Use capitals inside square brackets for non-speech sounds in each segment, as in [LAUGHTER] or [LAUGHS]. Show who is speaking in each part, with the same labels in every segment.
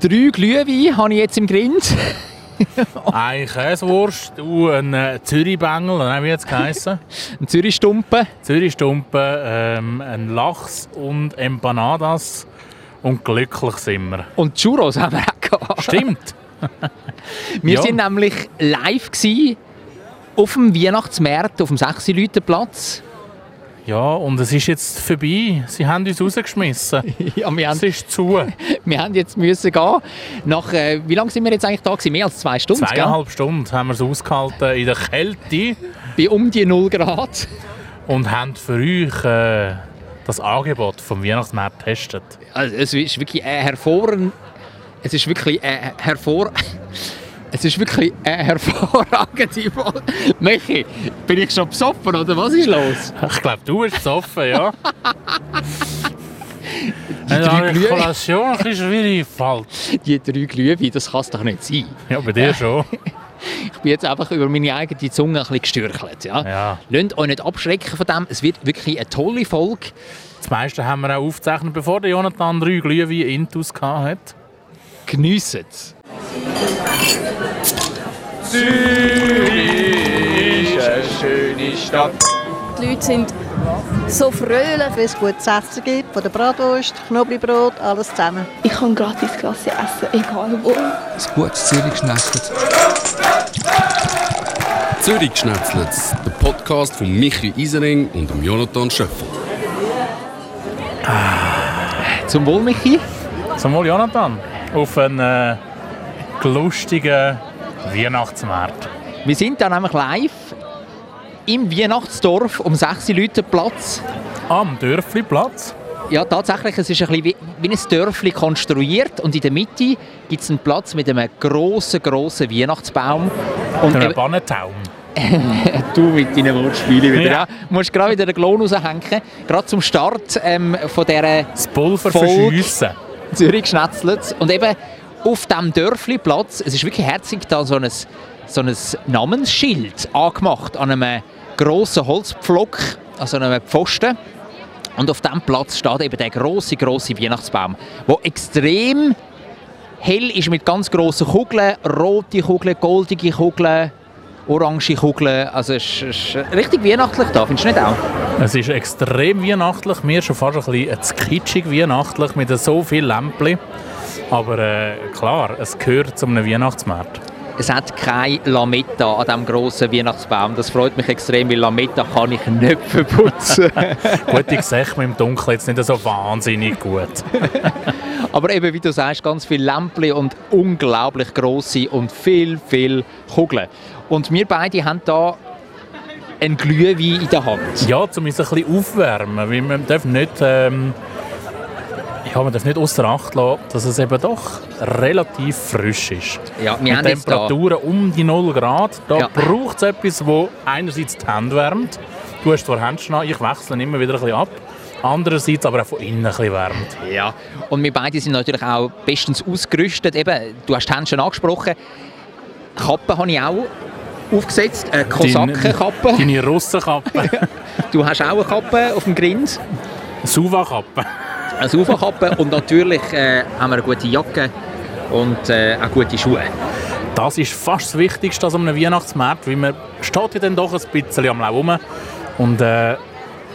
Speaker 1: Drei Glühwein habe ich jetzt im Grind.
Speaker 2: Eine Käsewurst, uh, ein äh, Zürichbengel, nein, wie hat
Speaker 1: [LAUGHS]
Speaker 2: es geheissen?
Speaker 1: Ein Zürichstumpen.
Speaker 2: Zürichstumpen, ähm, ein Lachs und Empanadas. Und glücklich
Speaker 1: [LAUGHS]
Speaker 2: sind wir.
Speaker 1: Und die Churros haben wir auch gehabt.
Speaker 2: Stimmt.
Speaker 1: Wir
Speaker 2: Ja.
Speaker 1: waren nämlich live gsi auf dem Weihnachtsmarkt auf dem 6-Leute-Platz.
Speaker 2: Ja, und es ist jetzt vorbei. Sie haben uns rausgeschmissen.
Speaker 1: [LAUGHS] Ja, wir,
Speaker 2: Es
Speaker 1: haben, [LAUGHS]
Speaker 2: ist zu.
Speaker 1: wir haben jetzt müssen gehen. Nach, äh, wie lange sind wir jetzt eigentlich da? Gewesen? Mehr als zwei Stunden.
Speaker 2: Zweieinhalb Stunden haben wir es ausgehalten in der Kälte
Speaker 1: Gell? Bei um die 0 Grad.
Speaker 2: und haben für euch äh, das Angebot vom Weihnachtsmarkt getestet.
Speaker 1: Also, es ist wirklich ein hervor... Es ist wirklich ein hervor... [LAUGHS] Es ist wirklich eine hervorragende Woche. Michi, bin ich schon besoffen oder was ist los?
Speaker 2: Ich glaube, du bist besoffen,
Speaker 1: [LAUGHS]
Speaker 2: ja?
Speaker 1: drei
Speaker 2: Eine
Speaker 1: Glühwein.
Speaker 2: Artikulation ist schwierig, falsch.
Speaker 1: Die drei Glühwein, das kann es doch nicht sein.
Speaker 2: Ja, bei dir schon.
Speaker 1: Ich bin jetzt einfach über meine eigene Zunge ein bisschen gestürchelt. Ja?
Speaker 2: Ja.
Speaker 1: Lasst euch nicht abschrecken von dem. Es wird wirklich eine tolle Folge.
Speaker 2: [LAUGHS] Das meiste haben wir auch aufgezeichnet, bevor der Jonathan drei Glühwein Intus hatte.
Speaker 1: Geniessen es.
Speaker 3: Die Leute sind so fröhlich.
Speaker 4: Wenn es gutes Essen gibt, von der Bratwurst, Knoblauchbrot, alles zusammen.
Speaker 5: Ich kann gratis Klasse essen, egal wo.
Speaker 6: Ein gutes Zürich geschnetzelt.
Speaker 7: Zürich Schnetzlitz, der Podcast von Michi Isering und dem Jonathan Schöffel.
Speaker 1: Zum Wohl, Michi.
Speaker 2: Zum Wohl, Jonathan. Auf einen äh, lustigen Weihnachtsmarkt.
Speaker 1: Wir sind da nämlich live im Weihnachtsdorf um 6 Leute Platz.
Speaker 2: Am Dörfliplatz.
Speaker 1: Ja, tatsächlich, es ist ein bisschen wie, wie ein Dörfli konstruiert und in der Mitte gibt es einen Platz mit einem grossen, grossen Weihnachtsbaum. Und
Speaker 2: Durch
Speaker 1: eben-
Speaker 2: einen Bannentaum.
Speaker 1: du mit deinen Wortspielen wieder.
Speaker 2: Ja.
Speaker 1: Ja. Du musst gerade wieder den Klon raushängen. Gerade zum Start ähm, von dieser
Speaker 2: Das Pulver
Speaker 1: Volk.
Speaker 2: verschiessen.
Speaker 1: Zürich geschnetzelt. Und eben auf diesem Dörfliplatz, es ist wirklich herzig, da so ein, so ein Namensschild angemacht an einem grossen Holzpflock, an so einem Pfosten. Und auf diesem Platz steht eben der große, große Weihnachtsbaum, der extrem hell ist mit ganz grossen Kugeln, rote Kugeln, goldige Kugeln, orange Kugeln. Also es ist, es ist richtig weihnachtlich da, findest du nicht auch?
Speaker 2: Es ist extrem weihnachtlich. Mir ist schon fast ein bisschen äh, zu kitschig weihnachtlich mit so viel Lämpchen. Aber äh, klar, es gehört zu einem Weihnachtsmarkt.
Speaker 1: Es hat keine Lametta an diesem grossen Weihnachtsbaum. Das freut mich extrem, weil Lametta kann ich nicht [LAUGHS] verputzen.
Speaker 2: Gut, ich sehe mich im Dunkeln jetzt nicht so wahnsinnig gut.
Speaker 1: Aber eben, wie du sagst, ganz viele Lämpchen und unglaublich grosse und viel, viel Kugeln. Und wir beide haben da einen Glühwein in der Hand.
Speaker 2: Ja, um uns ein bisschen aufwärmen, weil man darf nicht, ähm, ja, man darf nicht außer Acht lassen, dass es eben doch relativ frisch ist.
Speaker 1: Ja, wir
Speaker 2: Mit
Speaker 1: haben jetzt da
Speaker 2: Temperaturen um die 0 Grad. Da
Speaker 1: Ja.
Speaker 2: braucht es etwas, wo einerseits die Hände wärmt. Du hast zwar Hände an, ich wechsle ihn immer wieder ein bisschen ab. Andererseits aber auch von innen ein bisschen wärmt.
Speaker 1: Ja, und wir beide sind natürlich auch bestens ausgerüstet. Eben, du hast die Hände schon angesprochen. Kappen habe ich auch aufgesetzt, eine Kosakenkappe.
Speaker 2: Deine
Speaker 1: [LAUGHS]
Speaker 2: Russenkappe.
Speaker 1: Du hast auch eine Kappe auf dem Grind.
Speaker 2: Suva-Kappe.
Speaker 1: eine Saufenkappe und natürlich äh, haben wir eine gute Jacke und äh, auch gute Schuhe.
Speaker 2: Das ist fast das Wichtigste an so einem Weihnachtsmarkt, weil man steht ja dann doch ein bisschen am Lauf rum. Und äh,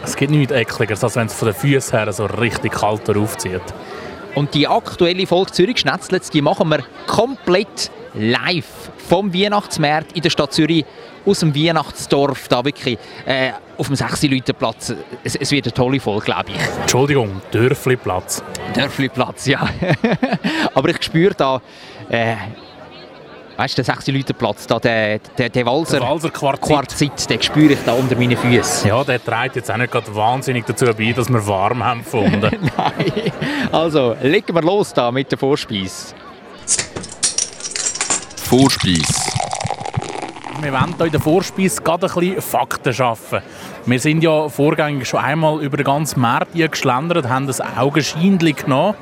Speaker 2: es gibt nichts Ekligeres, als wenn es von den Füßen her so richtig kalt raufzieht.
Speaker 1: Und die aktuelle Folge Zürich Schnetzlitz, die machen wir komplett live vom Weihnachtsmarkt in der Stadt Zürich aus dem Weihnachtsdorf, da wirklich äh, auf dem 6 Leute Platz. Es, es wird eine tolle Folge, glaube ich.
Speaker 2: Entschuldigung, Dörfliplatz.
Speaker 1: Dörfli-Platz, ja. [LAUGHS] Aber ich spüre da, äh, weißt du, der 6 Leute Platz, da der, der, der Walser
Speaker 2: Der Walser Quartett.
Speaker 1: Quartett, den spüre ich da unter meinen Füßen.
Speaker 2: Ja, der trägt jetzt auch nicht gerade wahnsinnig dazu bei, dass wir warm haben gefunden.
Speaker 1: Nein. Also, legen wir los da mit der Vorspeise.
Speaker 7: Vorspeis.
Speaker 2: wir wollen hier in der Vorspeise gerade ein bisschen Fakten schaffen. Wir sind ja vorgängig schon einmal über den ganzen Markt hier geschlendert, haben das augenscheinlich genommen.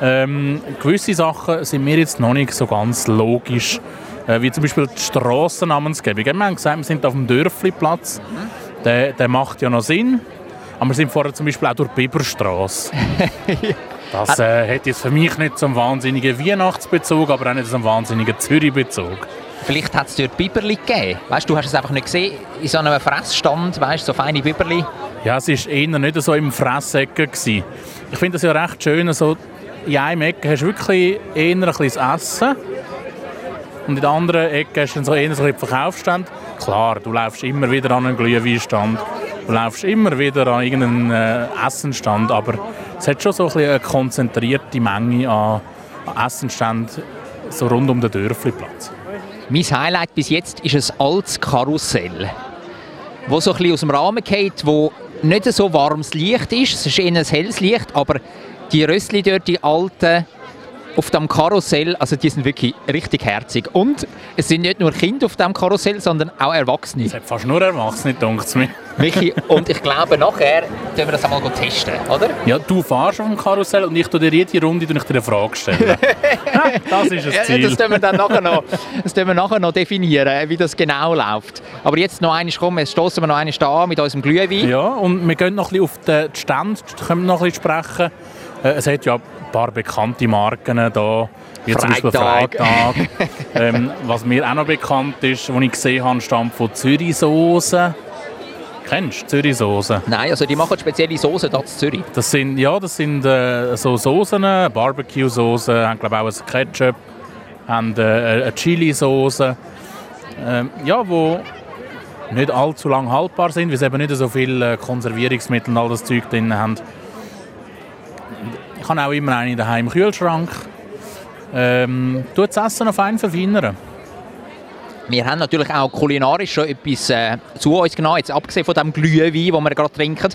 Speaker 2: Ähm, gewisse Sachen sind mir jetzt noch nicht so ganz logisch. Äh, wie zum Beispiel die Strassennamensgebung. Wir haben gesagt, wir sind auf dem Dörfliplatz. Der, der macht ja noch Sinn. Aber wir sind vorher zum Beispiel auch durch die Biberstrasse. Das äh, hat jetzt für mich nicht so einen wahnsinnigen Weihnachtsbezug, aber auch nicht so einen wahnsinnigen Zürichbezug.
Speaker 1: Vielleicht hat es dort Biberli gegeben. Weißt du, du hast es einfach nicht gesehen. In so einem Fressstand, weißt du, so feine Biberli.
Speaker 2: Ja, es war eher nicht so im Fressecken. Gewesen. Ich finde das ja recht schön, so in einem Ecke hast du wirklich eher ein bisschen das Essen und in der anderen Ecke hast du dann so eher so ein bisschen den Verkaufsstand. Klar, du läufst immer wieder an einen Glühweinstand, du läufst immer wieder an irgendeinen äh, Essenstand, aber es hat schon so ein bisschen eine konzentrierte Menge an, an Essenständen so rund um den Dörfliplatz.
Speaker 1: Mein Highlight bis jetzt ist ein altes Karussell, wo so ein bisschen aus dem Rahmen geht, wo nicht so warmes Licht ist. Es ist eher ein helles Licht, aber die Rössli dort, die alten, auf dem Karussell, also die sind wirklich richtig herzig. Und es sind nicht nur Kinder auf dem Karussell, sondern auch Erwachsene.
Speaker 2: Es hat fast nur Erwachsene, dunkt mir.
Speaker 1: Michi, und ich glaube, nachher können wir das einmal testen, oder?
Speaker 2: Ja, du fährst auf dem Karussell und ich tue dir jede Runde tue ich dir eine Frage stellen. [LAUGHS] das ist
Speaker 1: Ja,
Speaker 2: das
Speaker 1: ja,
Speaker 2: Ziel.
Speaker 1: das können wir dann nachher noch, das können wir nachher noch definieren, äh, wie das genau läuft. Aber jetzt noch eines kommen, jetzt stoßen wir noch eines da an mit unserem Glühwein.
Speaker 2: Ja, und wir gehen noch ein bisschen auf den Stand, können wir noch ein bisschen sprechen. Äh, Es hat ja ein paar bekannte Marken hier. Wie zum Beispiel
Speaker 1: Freitag.
Speaker 2: Freitag.
Speaker 1: [LAUGHS]
Speaker 2: ähm, was mir auch noch bekannt ist, was ich gesehen habe, stammt von Zürichsoße. Kennst du Zürichsoße?
Speaker 1: Nein, also die machen spezielle Soße hier in Zürich.
Speaker 2: Das sind, ja, das sind äh, so Soßen, Barbecue-Soße, haben glaube auch ein Ketchup, haben äh, eine Chili-Soße, ähm, ja, wo nicht allzu lang haltbar sind, weil sie eben nicht so viele Konservierungsmittel und all das Zeug drin haben. Ich habe auch immer eine daheim im Kühlschrank. Ähm, tut das Essen noch fein verfeinern.
Speaker 1: Wir haben natürlich auch kulinarisch schon etwas äh, zu uns genommen, jetzt abgesehen von dem Glühwein, den wir gerade trinken.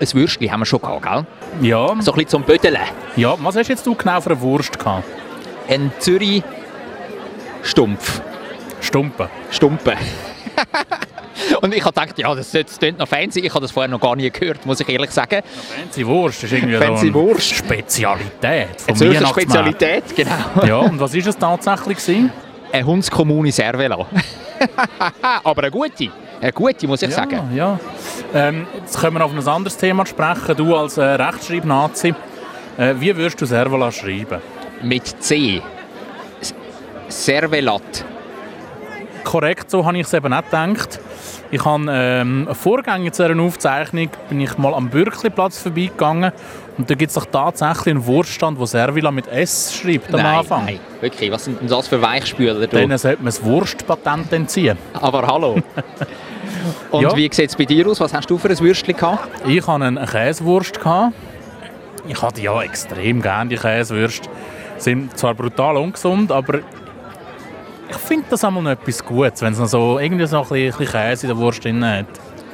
Speaker 1: Ein Würstchen haben wir schon gehabt, gell?
Speaker 2: Ja,
Speaker 1: So ein bisschen zum Bödeln.
Speaker 2: ja, was hast jetzt du genau für eine Wurst gehabt?
Speaker 1: Ein Zürich Stumpf.
Speaker 2: Stumpen.
Speaker 1: Stumpen. [LAUGHS] Und ich habe gedacht, ja, das, das klingt noch fancy. Ich habe das vorher noch gar nie gehört, muss ich ehrlich sagen.
Speaker 2: Fancy Wurst ist irgendwie so
Speaker 1: Fancy
Speaker 2: eine
Speaker 1: Wurst.
Speaker 2: Spezialität vom
Speaker 1: Jetzt unsere
Speaker 2: Weihnachtsmarkt.
Speaker 1: Spezialität, genau.
Speaker 2: Ja, und was war es tatsächlich? Gewesen?
Speaker 1: Eine Hundskommune Servela. [LAUGHS] Aber eine gute. Eine gute, muss ich sagen.
Speaker 2: Ja, ja. Ähm, jetzt können wir auf ein anderes Thema sprechen. Du als äh, Rechtschreib-Nazi, äh, wie würdest du Servola schreiben?
Speaker 1: Mit C. S- Servelat.
Speaker 2: Korrekt, so habe ich es eben auch gedacht. Ich habe ähm, Vorgänger zu einer Aufzeichnung bin ich mal am Bürkliplatz vorbeigegangen und da gibt es doch tatsächlich einen Wurststand, wo Servila mit S schreibt am
Speaker 1: nein,
Speaker 2: Anfang.
Speaker 1: nein, wirklich. Was sind denn das für Weichspüler? Du?
Speaker 2: Denen sollte man das Wurstpatent entziehen.
Speaker 1: Aber hallo.
Speaker 2: [LAUGHS]
Speaker 1: Und
Speaker 2: Ja.
Speaker 1: wie sieht es bei dir aus? Was hast du für ein Würstchen gehabt?
Speaker 2: Ich hatte eine Käsewurst. gehabt. Ich hatte ja extrem gerne die Käsewürste. Sind zwar brutal ungesund, aber ich finde das einmal noch etwas Gutes, wenn es noch so irgendwie so ein bisschen ein bisschen Käse in der Wurst drin hat.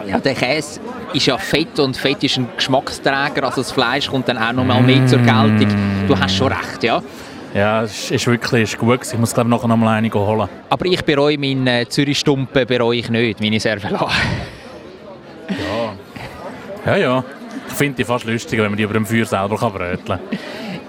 Speaker 1: Ja, der Käse ist ja Fett und Fett ist ein Geschmacksträger. Also das Fleisch kommt dann auch noch mal mehr zur Geltung.
Speaker 2: Mm.
Speaker 1: Du hast schon recht, ja.
Speaker 2: Ja, es ist, ist wirklich ist gut. gewesen. Ich muss glaube nachher noch mal eine holen.
Speaker 1: Aber ich bereue meinen äh, Zürich-Stumpen bereue ich nicht, meine Servela.
Speaker 2: Ja, ja. Ich finde die fast lustiger, wenn man die über dem Feuer selber kann bröteln kann.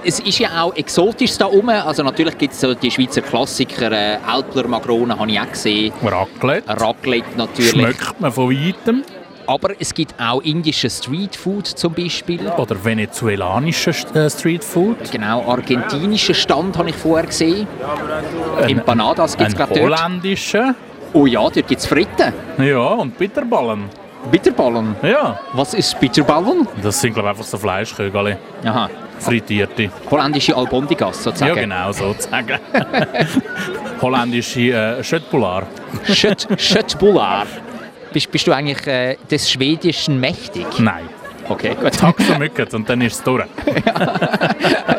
Speaker 1: Es ist ja auch exotisch da oben. Also natürlich gibt es so die Schweizer Klassiker, äh, Elbler Makronen habe ich auch gesehen,
Speaker 2: Raclette.
Speaker 1: Raclette natürlich.
Speaker 2: Schmeckt man von Weitem.
Speaker 1: Aber es gibt auch indischen Streetfood zum Beispiel.
Speaker 2: Oder venezuelanische äh, Streetfood.
Speaker 1: Genau, argentinischen Stand habe ich vorher gesehen. Empanadas gibt es
Speaker 2: Ein
Speaker 1: gerade dort.
Speaker 2: holländischer.
Speaker 1: Oh ja, dort gibt es Fritten.
Speaker 2: Ja, und Bitterballen.
Speaker 1: Bitterballen.
Speaker 2: Ja.
Speaker 1: Was ist Bitterballen?
Speaker 2: Das sind, glaube ich, einfach so Fleischkügel,
Speaker 1: Aha,
Speaker 2: frittierte.
Speaker 1: holländische Albondigas sozusagen.
Speaker 2: Ja,
Speaker 1: [LAUGHS]
Speaker 2: genau, sozusagen. [LAUGHS] Holländische äh, Schöttbular.
Speaker 1: Schött, Schöttbular. Bist, bist du eigentlich äh, des Schwedischen mächtig?
Speaker 2: Nein.
Speaker 1: Okay, gut. [LAUGHS]
Speaker 2: Vermückt und dann ist es durch.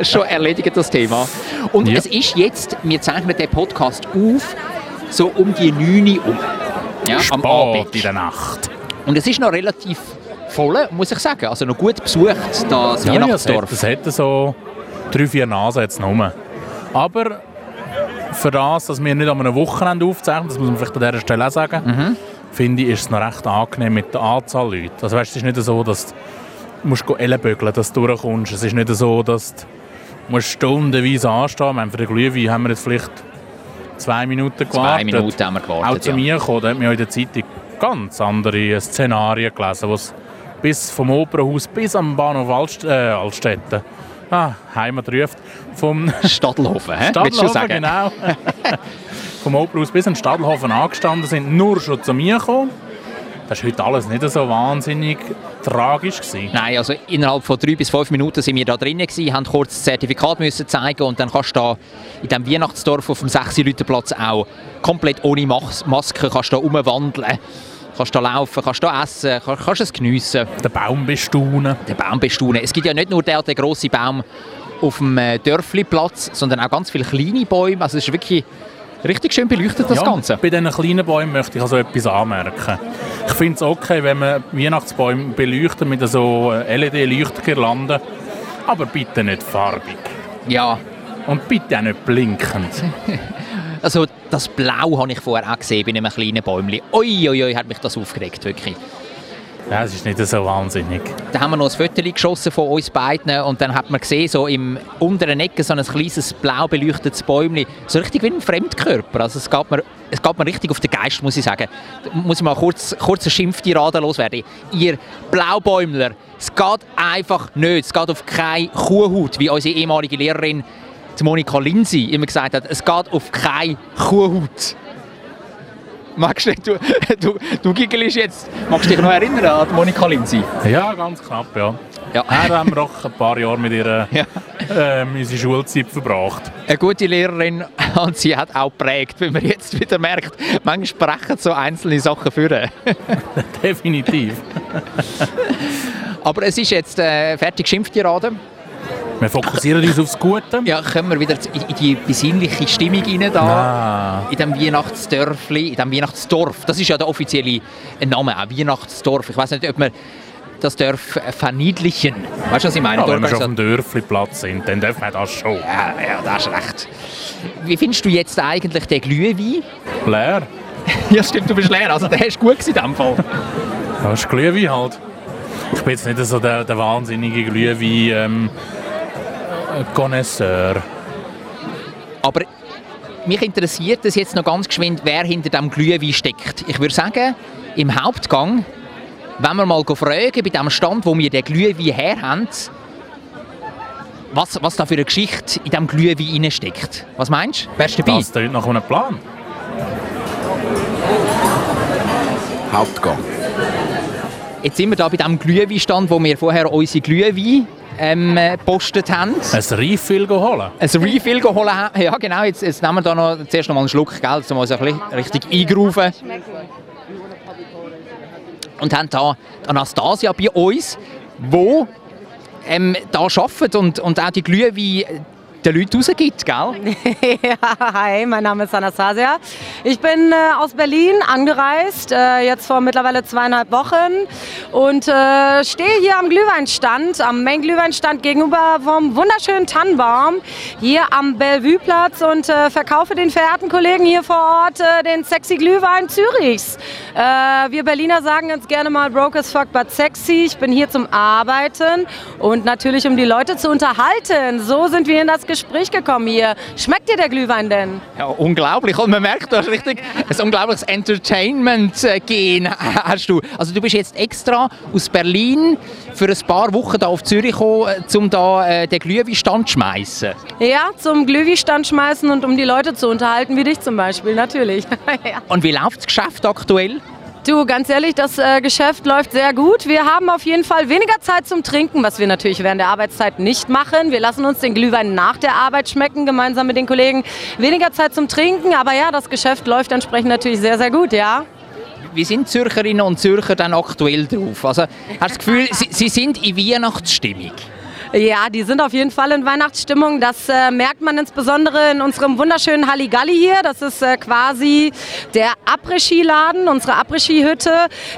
Speaker 1: schon erledigt, das Thema. Und
Speaker 2: Ja.
Speaker 1: es ist jetzt, wir zeichnen den Podcast auf, so um die 9 Uhr um. Ja, am
Speaker 2: Spät in
Speaker 1: Abend.
Speaker 2: der Nacht.
Speaker 1: Und es ist noch relativ voll, muss ich sagen. Also noch gut besucht, das
Speaker 2: Ja, ja, es hat-
Speaker 1: Weihnachtsdorf.
Speaker 2: Es hätte so drei, vier Nasen jetzt rum. Aber für das, dass wir nicht an einem Wochenende aufzeichnen, das muss man vielleicht an dieser Stelle auch sagen, finde ich, ist es noch recht angenehm mit der Anzahl Leute. Also weißt, es ist nicht so, dass du musst go ellenbögeln, dass du durchkommst. Es ist nicht so, dass du musst stundenweise anstehen musst. Für den Glühwein haben wir jetzt vielleicht zwei Minuten gewartet.
Speaker 1: Zwei Minuten haben wir gewartet.
Speaker 2: Auch zu
Speaker 1: ja.
Speaker 2: mir gekommen, da hat man ja in der Zeitung ganz andere Szenarien gelesen, was bis vom Opernhaus bis am Bahnhof Altst äh, Altstädten Ah, Heimat ruft. Vom
Speaker 1: Stadelhofen, hä? [LAUGHS] Willst du
Speaker 2: Stadelhofen,
Speaker 1: sagen? [LAUGHS]
Speaker 2: genau. Vom Opernhaus bis in Stadelhofen angestanden sind, nur schon zu mir gekommen. Das war heute alles nicht so wahnsinnig tragisch. Gewesen.
Speaker 1: Nein, also innerhalb von drei bis fünf Minuten sind wir da drinnen gewesen, haben kurz das Zertifikat müssen zeigen und dann kannst du da in diesem Weihnachtsdorf auf dem 6-Leute-Platz auch komplett ohne Mas Maske kannst du da rumwandeln. Kannst da laufen, kannst da essen, kannst, kannst es geniessen,
Speaker 2: Den Baum bestaunen.
Speaker 1: den Baum bestaunen. Es gibt ja nicht nur den, den grossen Baum auf dem äh, Dörfliplatz, sondern auch ganz viele kleine Bäume. Also es ist wirklich richtig schön beleuchtet, das
Speaker 2: Ja,
Speaker 1: Ganze.
Speaker 2: Bei diesen kleinen Bäumen möchte ich also etwas anmerken. Ich finde es okay, wenn man Weihnachtsbäume beleuchtet mit so LED-Leuchtgirlanden, aber bitte nicht farbig.
Speaker 1: Ja,
Speaker 2: Und bitte auch nicht blinkend.
Speaker 1: Hm. also das Blau habe ich vorher auch gesehen bei einem kleinen Bäumchen. Uiuiui, hat mich das aufgeregt, wirklich.
Speaker 2: Ja, es ist nicht so wahnsinnig.
Speaker 1: Da haben wir noch ein Foto geschossen von uns beiden und dann hat man gesehen, so im unteren Ecke so ein kleines blau beleuchtetes Bäumchen. So richtig wie ein Fremdkörper. Also es geht mir, es geht mir richtig auf den Geist, muss ich sagen. Da muss ich mal kurz, kurz eine Schimpftirade loswerden. Ihr Blaubäumler, es geht einfach nicht. Es geht auf keine Kuhhaut, wie unsere ehemalige Lehrerin die Monika Lindsay immer gesagt hat. Es geht auf keine Kuhhaut. Magst du, nicht- du, du, du giggelst jetzt. Magst du dich noch erinnern an die Monika Lindsay?
Speaker 2: Ja, ganz knapp, ja.
Speaker 1: Ja.
Speaker 2: Her haben wir doch ein paar Jahre mit ihrer
Speaker 1: Ja.
Speaker 2: ähm, unsere Schulzeit verbracht. [LAUGHS]
Speaker 1: eine gute Lehrerin [LAUGHS] und sie hat auch geprägt, wie man jetzt wieder merkt. Manchmal sprechen so einzelne Sachen für.
Speaker 2: Definitiv.
Speaker 1: Aber es ist jetzt äh, fertig geschimpft, die Rade.
Speaker 2: Wir fokussieren uns aufs Gute.
Speaker 1: Ja, kommen wir wieder in in die besinnliche Stimmung rein da.
Speaker 2: Ah,
Speaker 1: In diesem Weihnachtsdörfli, in diesem Weihnachtsdorf. Das ist ja der offizielle Name, auch Weihnachtsdorf. Ich weiß nicht, ob man das Dorf äh, verniedlichen. Weißt du, was ich meine?
Speaker 2: ja, wenn wir
Speaker 1: Die
Speaker 2: schon auf dem Dörfliplatz sind, dann dürfen wir das schon.
Speaker 1: ja, ja, das ist recht. Wie findest du jetzt eigentlich den Glühwein?
Speaker 2: Leer.
Speaker 1: Ja, stimmt, du bist leer. Also, der ist gut gewesen in dem Fall.
Speaker 2: Ja, das ist Glühwein halt. Ich bin jetzt nicht so der, der wahnsinnige Glühwein ähm, äh, Connoisseur.
Speaker 1: Aber mich interessiert es jetzt noch ganz geschwind, wer hinter dem Glühwein steckt. Ich würde sagen, im Hauptgang, wenn wir mal fragen, bei dem Stand, wo wir den Glühwein her haben, was, was da für eine Geschichte in diesem Glühwein drin steckt. Was meinst du? Wer ist dabei?
Speaker 2: Das klingt nach einem Plan.
Speaker 7: Hauptgang.
Speaker 1: Jetzt sind wir da bei dem Glühweinstand, wo wir vorher unsere Glühwein ähm, äh, gepostet haben.
Speaker 2: Ein Refill holen.
Speaker 1: Ein Refill geholt haben. Ja genau, jetzt, jetzt nehmen wir da noch, zuerst noch mal einen Schluck, gell, um uns ein bisschen richtig eingrooven. Und haben da die Anastasia bei uns, wo ähm, da arbeitet und, und auch die Glühwein äh, den Leuten rausgibt, gell?
Speaker 8: [LAUGHS] Ja, hi, mein Name ist Anastasia. Ich bin äh, aus Berlin angereist, äh, jetzt vor mittlerweile zweieinhalb Wochen und äh, stehe hier am Glühweinstand, am Main Glühweinstand gegenüber vom wunderschönen Tannenbaum hier am Bellevue-Platz und äh, verkaufe den verehrten Kollegen hier vor Ort äh, den sexy Glühwein Zürichs. Äh, wir Berliner sagen ganz gerne mal broke as fuck but sexy. Ich bin hier zum Arbeiten und natürlich um die Leute zu unterhalten. So sind wir in das Gespräch gekommen hier. Schmeckt dir der Glühwein denn?
Speaker 1: Ja, unglaublich. Und man merkt, du hast richtig ein unglaubliches Entertainment-Gen hast du. Also du bist jetzt extra aus Berlin für ein paar Wochen da auf Zürich gekommen, um da äh, den Glühweinstand zu schmeissen.
Speaker 8: Ja, zum Glühweinstand schmeißen und um die Leute zu unterhalten, wie dich zum Beispiel, natürlich. [LAUGHS] ja.
Speaker 1: Und wie läuft das Geschäft aktuell?
Speaker 8: Du, ganz ehrlich, das äh, Geschäft läuft sehr gut. Wir haben auf jeden Fall weniger Zeit zum Trinken, was wir natürlich während der Arbeitszeit nicht machen. Wir lassen uns den Glühwein nach der Arbeit schmecken, gemeinsam mit den Kollegen. Weniger Zeit zum Trinken, aber ja, das Geschäft läuft entsprechend natürlich sehr, sehr gut, ja.
Speaker 1: Wie sind die Zürcherinnen und Zürcher dann aktuell drauf? Also, hast du das Gefühl, sie, sie sind in Weihnachtsstimmung?
Speaker 8: Ja, die sind auf jeden Fall in Weihnachtsstimmung. Das äh, merkt man insbesondere in unserem wunderschönen Halligalli hier. Das ist äh, quasi der Après-Ski-Laden, unsere Après-Ski-Hütte,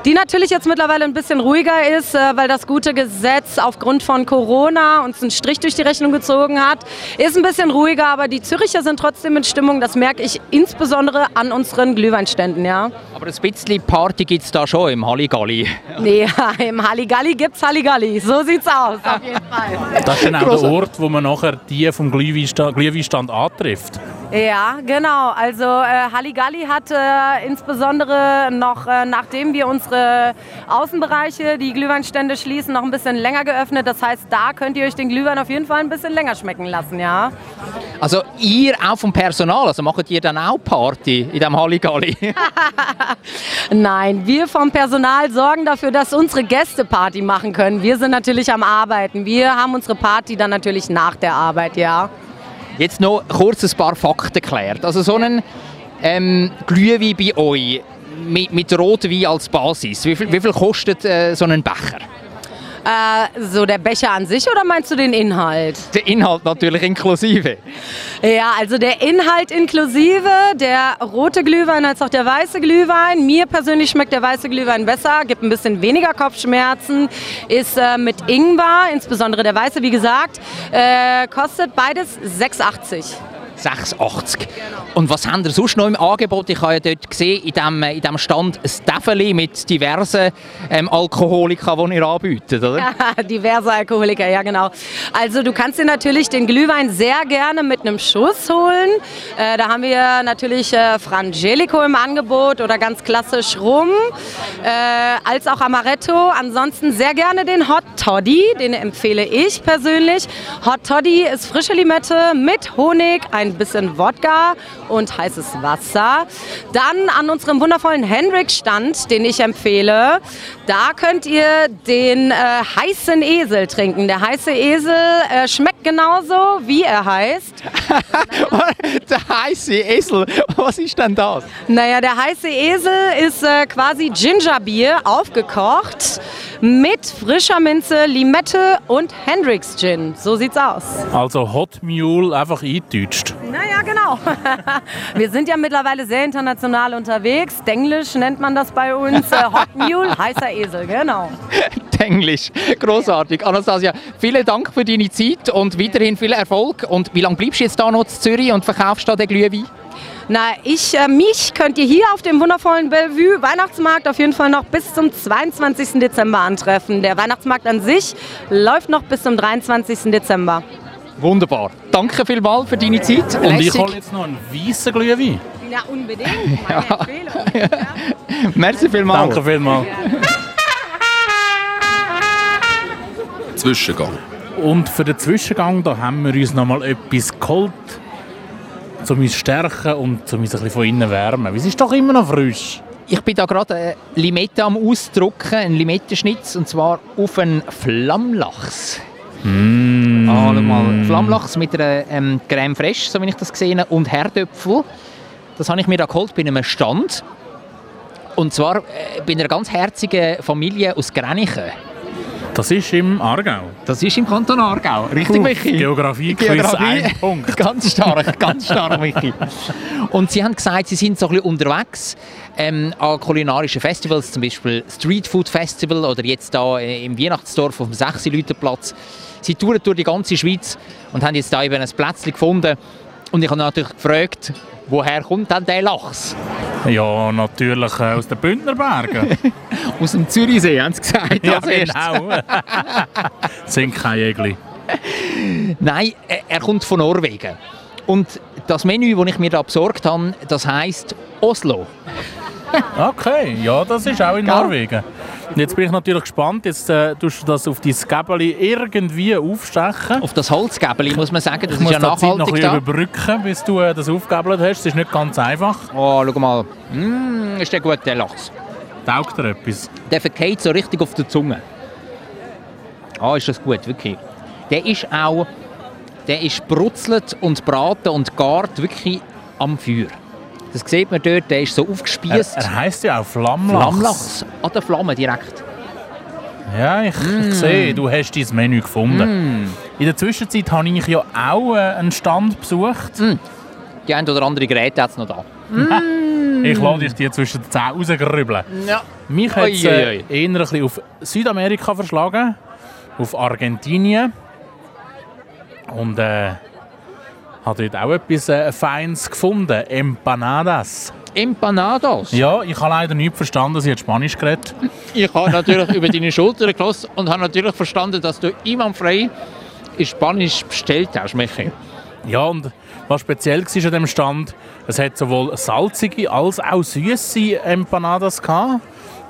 Speaker 8: die natürlich jetzt mittlerweile ein bisschen ruhiger ist, äh, weil das gute Gesetz aufgrund von Corona uns einen Strich durch die Rechnung gezogen hat. Ist ein bisschen ruhiger, aber die Züricher sind trotzdem in Stimmung. Das merke ich insbesondere an unseren Glühweinständen, ja.
Speaker 1: Aber ein bisschen Party gibt es da schon im Halligalli.
Speaker 8: Nee, [LAUGHS] im Halligalli gibt's Halligalli. So sieht's aus, auf jeden Fall.
Speaker 2: Das ist dann auch der Ort, wo man nachher die vom Glühweinstand, Glühweinstand antrifft.
Speaker 8: Ja, genau. Also äh, Halligalli hat äh, insbesondere noch, äh, nachdem wir unsere Außenbereiche, die Glühweinstände schließen, noch ein bisschen länger geöffnet. Das heißt, da könnt ihr euch den Glühwein auf jeden Fall ein bisschen länger schmecken lassen, ja.
Speaker 1: Also ihr auch vom Personal, also macht ihr dann auch Party in diesem Halligalli? [LAUGHS]
Speaker 8: Nein, wir vom Personal sorgen dafür, dass unsere Gäste Party machen können. Wir sind natürlich am Arbeiten. Wir haben unsere Party dann natürlich nach der Arbeit, ja.
Speaker 1: Jetzt noch kurz ein paar Fakten geklärt. Also so ein ähm, Glühwein bei euch mit, mit Rotwein als Basis, wie viel, wie viel kostet äh, so ein Becher?
Speaker 8: Äh, so der Becher an sich oder meinst du den Inhalt?
Speaker 1: Der Inhalt natürlich inklusive.
Speaker 8: Ja, also der Inhalt inklusive, der rote Glühwein als auch der weiße Glühwein. Mir persönlich schmeckt der weiße Glühwein besser, gibt ein bisschen weniger Kopfschmerzen, ist äh, mit Ingwer, insbesondere der weiße, wie gesagt, äh, kostet beides 6,80.
Speaker 1: 6,80. Und was habt ihr sonst noch im Angebot? Ich habe ja dort gesehen, in diesem in dem Stand ein Tafeli mit diversen ähm, Alkoholika, die ihr anbietet, oder?
Speaker 8: [LAUGHS] Diverse Alkoholiker, ja genau. Also du kannst dir natürlich den Glühwein sehr gerne mit einem Schuss holen. Äh, da haben wir natürlich äh, Frangelico im Angebot oder ganz klassisch Rum, äh, als auch Amaretto. Ansonsten sehr gerne den Hot Toddy, den empfehle ich persönlich. Hot Toddy ist frische Limette mit Honig, ein bisschen Wodka und heißes Wasser. Dann an unserem wundervollen Hendrik-Stand, den ich empfehle, da könnt ihr den äh, heißen Esel trinken. Der heiße Esel äh, schmeckt genauso, wie er heißt.
Speaker 1: [LAUGHS] Der heiße Esel, was ist denn das? [LAUGHS]
Speaker 8: Naja, der heiße Esel ist äh, quasi Gingerbier aufgekocht mit frischer Minze, Limette und Hendrix Gin. So sieht's aus.
Speaker 2: Also Hot Mule einfach eingedeutscht.
Speaker 8: Naja, genau. [LAUGHS] Wir sind ja mittlerweile sehr international unterwegs. Denglisch nennt man das bei uns. Äh, Hot [LAUGHS] Mule, heißer Esel, genau.
Speaker 1: Englisch. Grossartig. Anastasia, vielen Dank für deine Zeit und weiterhin viel Erfolg. Und wie lange bleibst du jetzt da noch in Zürich und verkaufst da den Glühwein?
Speaker 8: Na, ich, äh, mich könnt ihr hier auf dem wundervollen Bellevue Weihnachtsmarkt auf jeden Fall noch bis zum 22. Dezember antreffen. Der Weihnachtsmarkt an sich läuft noch bis zum 23. Dezember.
Speaker 1: Wunderbar. Danke vielmals für deine Zeit.
Speaker 2: Und ich
Speaker 1: Lässig.
Speaker 2: hole jetzt noch einen weißen Glühwein.
Speaker 8: Ja, unbedingt. [LAUGHS] Meine Empfehlung.
Speaker 1: Merci vielmals.
Speaker 2: Danke vielmals.
Speaker 7: Zwischengang.
Speaker 2: Und für den Zwischengang da haben wir uns noch mal etwas geholt, um uns zu stärken und um uns ein bisschen von innen zu wärmen. Es ist doch immer noch frisch.
Speaker 1: Ich bin da gerade eine Limette am Ausdrucken, einen Limettenschnitz, und zwar auf einen Flammlachs. Mm. mal Flammlachs mit einer ähm, Crème fraîche, so wie ich das gesehen habe, und Herdöpfel. Das habe ich mir da geholt bei einem Stand. Und zwar äh, bei einer ganz herzigen Familie aus Grenichen.
Speaker 2: Das ist im Aargau.
Speaker 1: Das ist im Kanton Aargau, richtig,
Speaker 2: Puh,
Speaker 1: Uh, Michi?
Speaker 2: Geografie, Quiz, ein
Speaker 1: [LAUGHS]
Speaker 2: Punkt.
Speaker 1: Ganz stark, ganz stark, Michi. Und Sie haben gesagt, Sie sind so ein bisschen unterwegs ähm, an kulinarischen Festivals, zum Beispiel Street Food Festival oder jetzt da äh, im Weihnachtsdorf auf dem Sechsileuterplatz. Sie touren durch die ganze Schweiz und haben jetzt da eben ein Plätzchen gefunden. Und ich habe natürlich gefragt, woher kommt denn der Lachs?
Speaker 2: Ja, natürlich äh, aus den
Speaker 1: [LAUGHS]
Speaker 2: Bündnerbergen.
Speaker 1: Aus dem Zürichsee, haben Sie gesagt. als erstes.
Speaker 2: genau.
Speaker 1: [LAUGHS]
Speaker 2: Sind kein Jägli.
Speaker 1: Nein, äh, er kommt von Norwegen. Und das Menü, das ich mir da besorgt habe, das heisst Oslo.
Speaker 2: Okay, ja, das ist auch in
Speaker 1: Gell?
Speaker 2: Norwegen. Und Jetzt bin ich natürlich gespannt. Jetzt äh, tust du das auf dein Gäbeli irgendwie aufstechen.
Speaker 1: Auf das Holzgäbeli muss man sagen, Oh, das
Speaker 2: Ich
Speaker 1: ist
Speaker 2: muss
Speaker 1: ja
Speaker 2: die Zeit noch ein
Speaker 1: nachhaltig
Speaker 2: bisschen
Speaker 1: da.
Speaker 2: überbrücken, bis du äh, das aufgabelt hast. Das ist nicht ganz einfach.
Speaker 1: Oh, schau mal. Mm, ist der gut, der Lachs.
Speaker 2: Taugt dir etwas?
Speaker 1: Der verkehrt so richtig auf der Zunge. Ah, ist das gut, wirklich. Der ist auch, der ist brutzelt und braten und gart wirklich am Feuer. Das sieht man dort, der ist so
Speaker 2: Er,
Speaker 1: aufgespießt.
Speaker 2: er heisst ja auch Flammlachs.
Speaker 1: Flammlachs an der Flamme direkt.
Speaker 2: Ja, ich
Speaker 1: Mm.
Speaker 2: ich sehe, du hast dein Menü gefunden. In der Zwischenzeit habe ich ja auch äh, einen Stand besucht.
Speaker 1: Die ein oder andere Geräte hat es noch da.
Speaker 2: Ich lade dich die zwischen den Zähnen rausgrübeln.
Speaker 1: Mm. Ja.
Speaker 2: Mich hat es
Speaker 1: Oi, oi,
Speaker 2: äh, eher ein bisschen auf Südamerika verschlagen, auf Argentinien. Und äh, hat dort auch etwas äh, Feines gefunden, Empanadas.
Speaker 1: Empanadas.
Speaker 2: Ja, ich habe leider nichts verstanden, sie hat Spanisch geredet.
Speaker 1: Ich habe natürlich über deine Schulter gelassen und habe natürlich verstanden, dass du einwandfrei in Spanisch bestellt hast, Michi.
Speaker 2: Ja, und was speziell war an dem Stand, es hat sowohl salzige als auch süße Empanadas gehabt.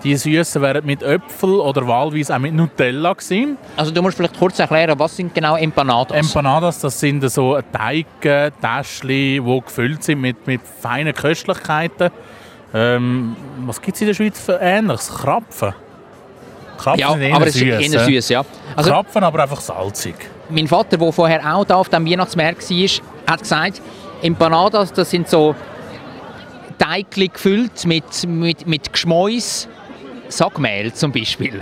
Speaker 2: Die süßen wären mit Äpfel oder wahlweise auch mit Nutella gewesen.
Speaker 1: Also du musst vielleicht kurz erklären, was sind genau Empanadas?
Speaker 2: Empanadas, das sind so Teige, Täschchen, die gefüllt sind mit, mit feinen Köstlichkeiten. Ähm, was gibt es in der Schweiz für Ähnliches? Krapfen? Krapfen
Speaker 1: ja,
Speaker 2: sind eher
Speaker 1: aber es ist
Speaker 2: süss,
Speaker 1: eher
Speaker 2: hä?
Speaker 1: süß, ja. Also
Speaker 2: Krapfen, aber einfach salzig.
Speaker 1: mein Vater, der vorher auch da auf dem Weihnachtsmarkt war, hat gesagt, Empanadas, das sind so Teigli gefüllt mit, mit, mit Geschmäus, Sackmehl zum Beispiel.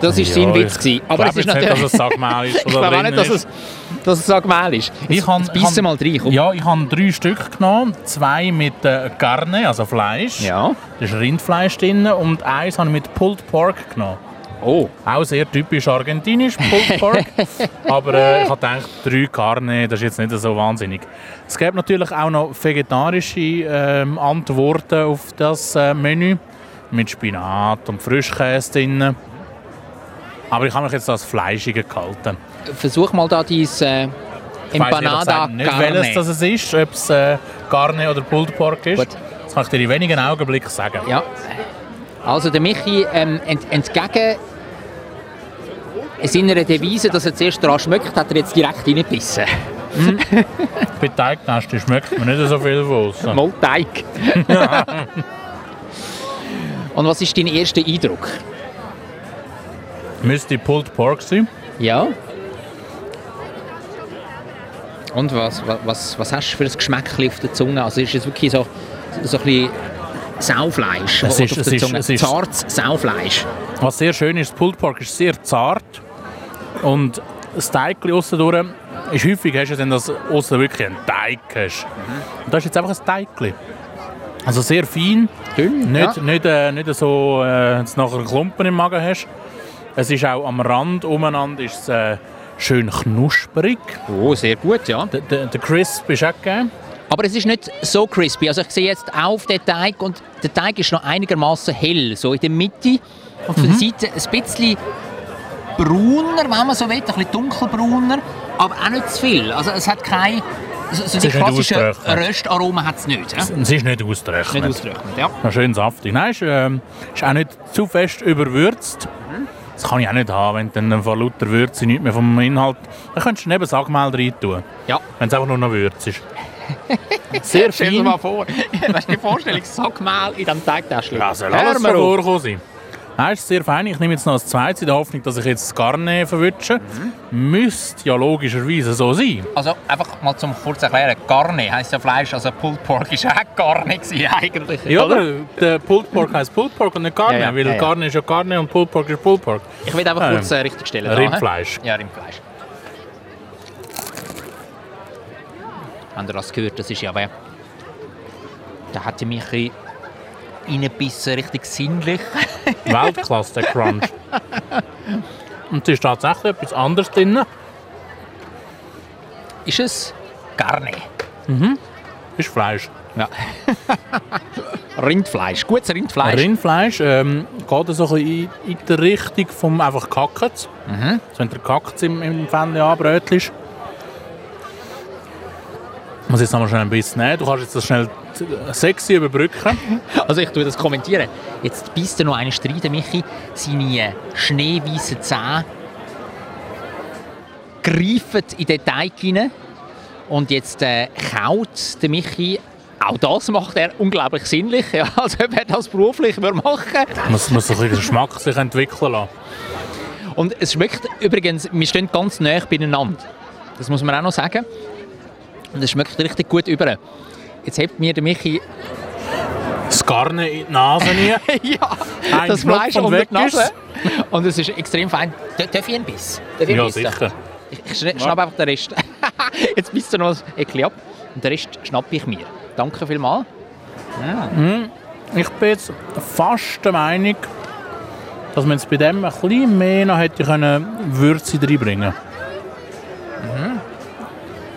Speaker 1: Das war sein Witz. Gewesen. Aber es
Speaker 2: ich
Speaker 1: ist
Speaker 2: glaube
Speaker 1: natürlich...
Speaker 2: jetzt nicht, dass es Sagmehl ist.
Speaker 1: [LAUGHS] ich
Speaker 2: oder
Speaker 1: glaube auch
Speaker 2: drin
Speaker 1: nicht, dass
Speaker 2: ist.
Speaker 1: es, dass es Sackmehl ist. Jetzt,
Speaker 2: han-
Speaker 1: jetzt beissen
Speaker 2: han-
Speaker 1: mal rein. komm.
Speaker 2: Ja, ich habe drei Stück genommen. Zwei mit äh, Carne, also Fleisch.
Speaker 1: ja.
Speaker 2: Da ist Rindfleisch drin. Und eins habe ich mit Pulled Pork genommen.
Speaker 1: Oh.
Speaker 2: Auch sehr typisch argentinisch, Pulled Pork. Aber äh, ich habe gedacht, drei Carne, das ist jetzt nicht so wahnsinnig. Es gibt natürlich auch noch vegetarische ähm, Antworten auf das äh, Menü. Mit Spinat und Frischkäse drin. Aber ich habe mich jetzt als Fleischige gehalten.
Speaker 1: Versuch mal da dein äh, Empanada
Speaker 2: Empanada nicht, welches das
Speaker 1: Carne.
Speaker 2: es ist, ob es äh, Carne oder Pulled Pork ist.
Speaker 1: Gut.
Speaker 2: Das kann ich dir in wenigen Augenblicken sagen.
Speaker 1: Ja. Also der Michi ähm, ent, entgegen seiner Devise, dass er zuerst daran schmeckt, hat er jetzt direkt
Speaker 2: [LAUGHS]
Speaker 1: reingebissen.
Speaker 2: Bei Teignästen schmeckt man nicht so viel
Speaker 1: [LAUGHS]
Speaker 2: von außen.
Speaker 1: Mal
Speaker 2: [LAUGHS]
Speaker 1: Teig. Und was ist dein erster Eindruck?
Speaker 2: Müsste Pulled Pork sein.
Speaker 1: Ja. Und was, wa- was, was hast du für ein Geschmäckchen auf der Zunge? Also ist es wirklich so, so ein bisschen Saufleisch
Speaker 2: Es
Speaker 1: was
Speaker 2: ist-
Speaker 1: auf
Speaker 2: es
Speaker 1: der
Speaker 2: ist-
Speaker 1: Zunge?
Speaker 2: es ist-
Speaker 1: Zartes Saufleisch.
Speaker 2: Was sehr schön ist, das Pulled Pork ist sehr zart. Und das Teig aussendurch ist häufig, hast du dann, dass aussen wirklich ein Teig hast.
Speaker 1: Mhm.
Speaker 2: Und das ist jetzt einfach ein Teig. Also sehr fein.
Speaker 1: Dünn,
Speaker 2: Nicht,
Speaker 1: ja.
Speaker 2: nicht, äh, nicht so, äh, dass du nachher einen Klumpen im Magen hast. Es ist auch am Rand umeinander ist es, äh, schön knusprig.
Speaker 1: Oh, sehr gut, ja.
Speaker 2: Der, der, der Crisp ist auch gegeben.
Speaker 1: Aber es ist nicht so crispy. Also ich sehe jetzt auf den Teig und der Teig ist noch einigermaßen hell, so in der Mitte. Auf der Seite ein bisschen brauner, wenn man so will, ein bisschen dunkelbrauner, aber auch nicht zu viel. Also es hat kein... So, so die
Speaker 2: ist nicht
Speaker 1: klassischen
Speaker 2: ausgerechnet.
Speaker 1: Röstaromen hat es nicht. Ja?
Speaker 2: Es ist nicht ausgerechnet.
Speaker 1: Nicht ausgerechnet, ja.
Speaker 2: Noch schön saftig. Nein, ist, ähm, ist auch nicht zu fest überwürzt.
Speaker 1: Mhm.
Speaker 2: Das kann ich auch nicht haben, wenn du dann von lauter Würze nichts mehr vom Inhalt... Dann könntest du neben Sagmehl rein tun,
Speaker 1: Ja.
Speaker 2: wenn es einfach nur noch
Speaker 1: [LAUGHS]
Speaker 2: Würze ist. Sehr
Speaker 1: Stell dir
Speaker 2: fein.
Speaker 1: mal [LAUGHS] vor, weißt du die Vorstellung, Sackmehl in diesem Teigtäschchen.
Speaker 2: Also lass es vorkommen sein. Nein, ist sehr fein. Ich nehme jetzt noch das Zweite in der Hoffnung, dass ich jetzt das Garnet verwünsche. Mhm. Müsste ja logischerweise so sein.
Speaker 1: Also einfach mal zum kurz erklären, Garne heisst ja Fleisch, also Pulled Pork ist auch Garne gewesen [LAUGHS] eigentlich.
Speaker 2: Ja,
Speaker 1: oder?
Speaker 2: aber der Pulled Pork heisst Pulled Pork und nicht Garnet,
Speaker 1: Ja, ja,
Speaker 2: weil
Speaker 1: ja, ja.
Speaker 2: Garnet ist ja Garnet und Pulled Pork ist Pulled Pork.
Speaker 1: Ich will einfach
Speaker 2: Ähm,
Speaker 1: kurz äh, richtig stellen.
Speaker 2: Rindfleisch.
Speaker 1: Ja, Rindfleisch. Habt ihr das gehört? Das ist ja wer. Da hat er mich ein bisschen reingebissen, richtig sinnlich.
Speaker 2: Weltklasse, der Crunch. [LAUGHS] Und es ist tatsächlich etwas anderes drin.
Speaker 1: Ist es Garne?
Speaker 2: Ist Fleisch.
Speaker 1: Ja. Rindfleisch, gutes Rindfleisch.
Speaker 2: Rindfleisch ähm, geht so ein bisschen in, in die Richtung vom einfach Kackens.
Speaker 1: Mhm.
Speaker 2: So, wenn der Kackens im, im Pfännchen anbrötelst. Ich muss jetzt noch mal schnell ein bisschen nehmen. Du kannst jetzt das schnell sexy überbrücken.
Speaker 1: Also ich tue das kommentieren. Jetzt beißt er noch einen Streit, Michi. Seine schneeweißen Zähne greifen in den Teig hinein. Und jetzt äh, kaut der Michi. Auch das macht er unglaublich sinnlich, ja, [LAUGHS] als ob er das beruflich würde machen
Speaker 2: Man muss, muss so ein bisschen Geschmack sich entwickeln lassen.
Speaker 1: Und es schmeckt übrigens, wir stehen ganz nah beieinander. Das muss man auch noch sagen. Und es schmeckt richtig gut über. Jetzt hebt mir der Michi
Speaker 2: Das Garne in die Nase rein.
Speaker 1: ja, [LAUGHS]
Speaker 2: Ein
Speaker 1: das
Speaker 2: Schnupf
Speaker 1: Fleisch
Speaker 2: und
Speaker 1: unter
Speaker 2: weg
Speaker 1: die Nase.
Speaker 2: ist.
Speaker 1: Und es ist extrem fein. D darf ich einen Biss? Darf ich
Speaker 2: Ja,
Speaker 1: einen Biss?
Speaker 2: sicher.
Speaker 1: Ich, ich schna- schnapp einfach den Rest. [LAUGHS] Jetzt bist du noch ein Eckchen ab und den Rest schnappe ich mir. Danke vielmals.
Speaker 2: Ich bin jetzt fast der Meinung, dass man jetzt bei dem ein bisschen mehr noch hätte können Würze reinbringen können.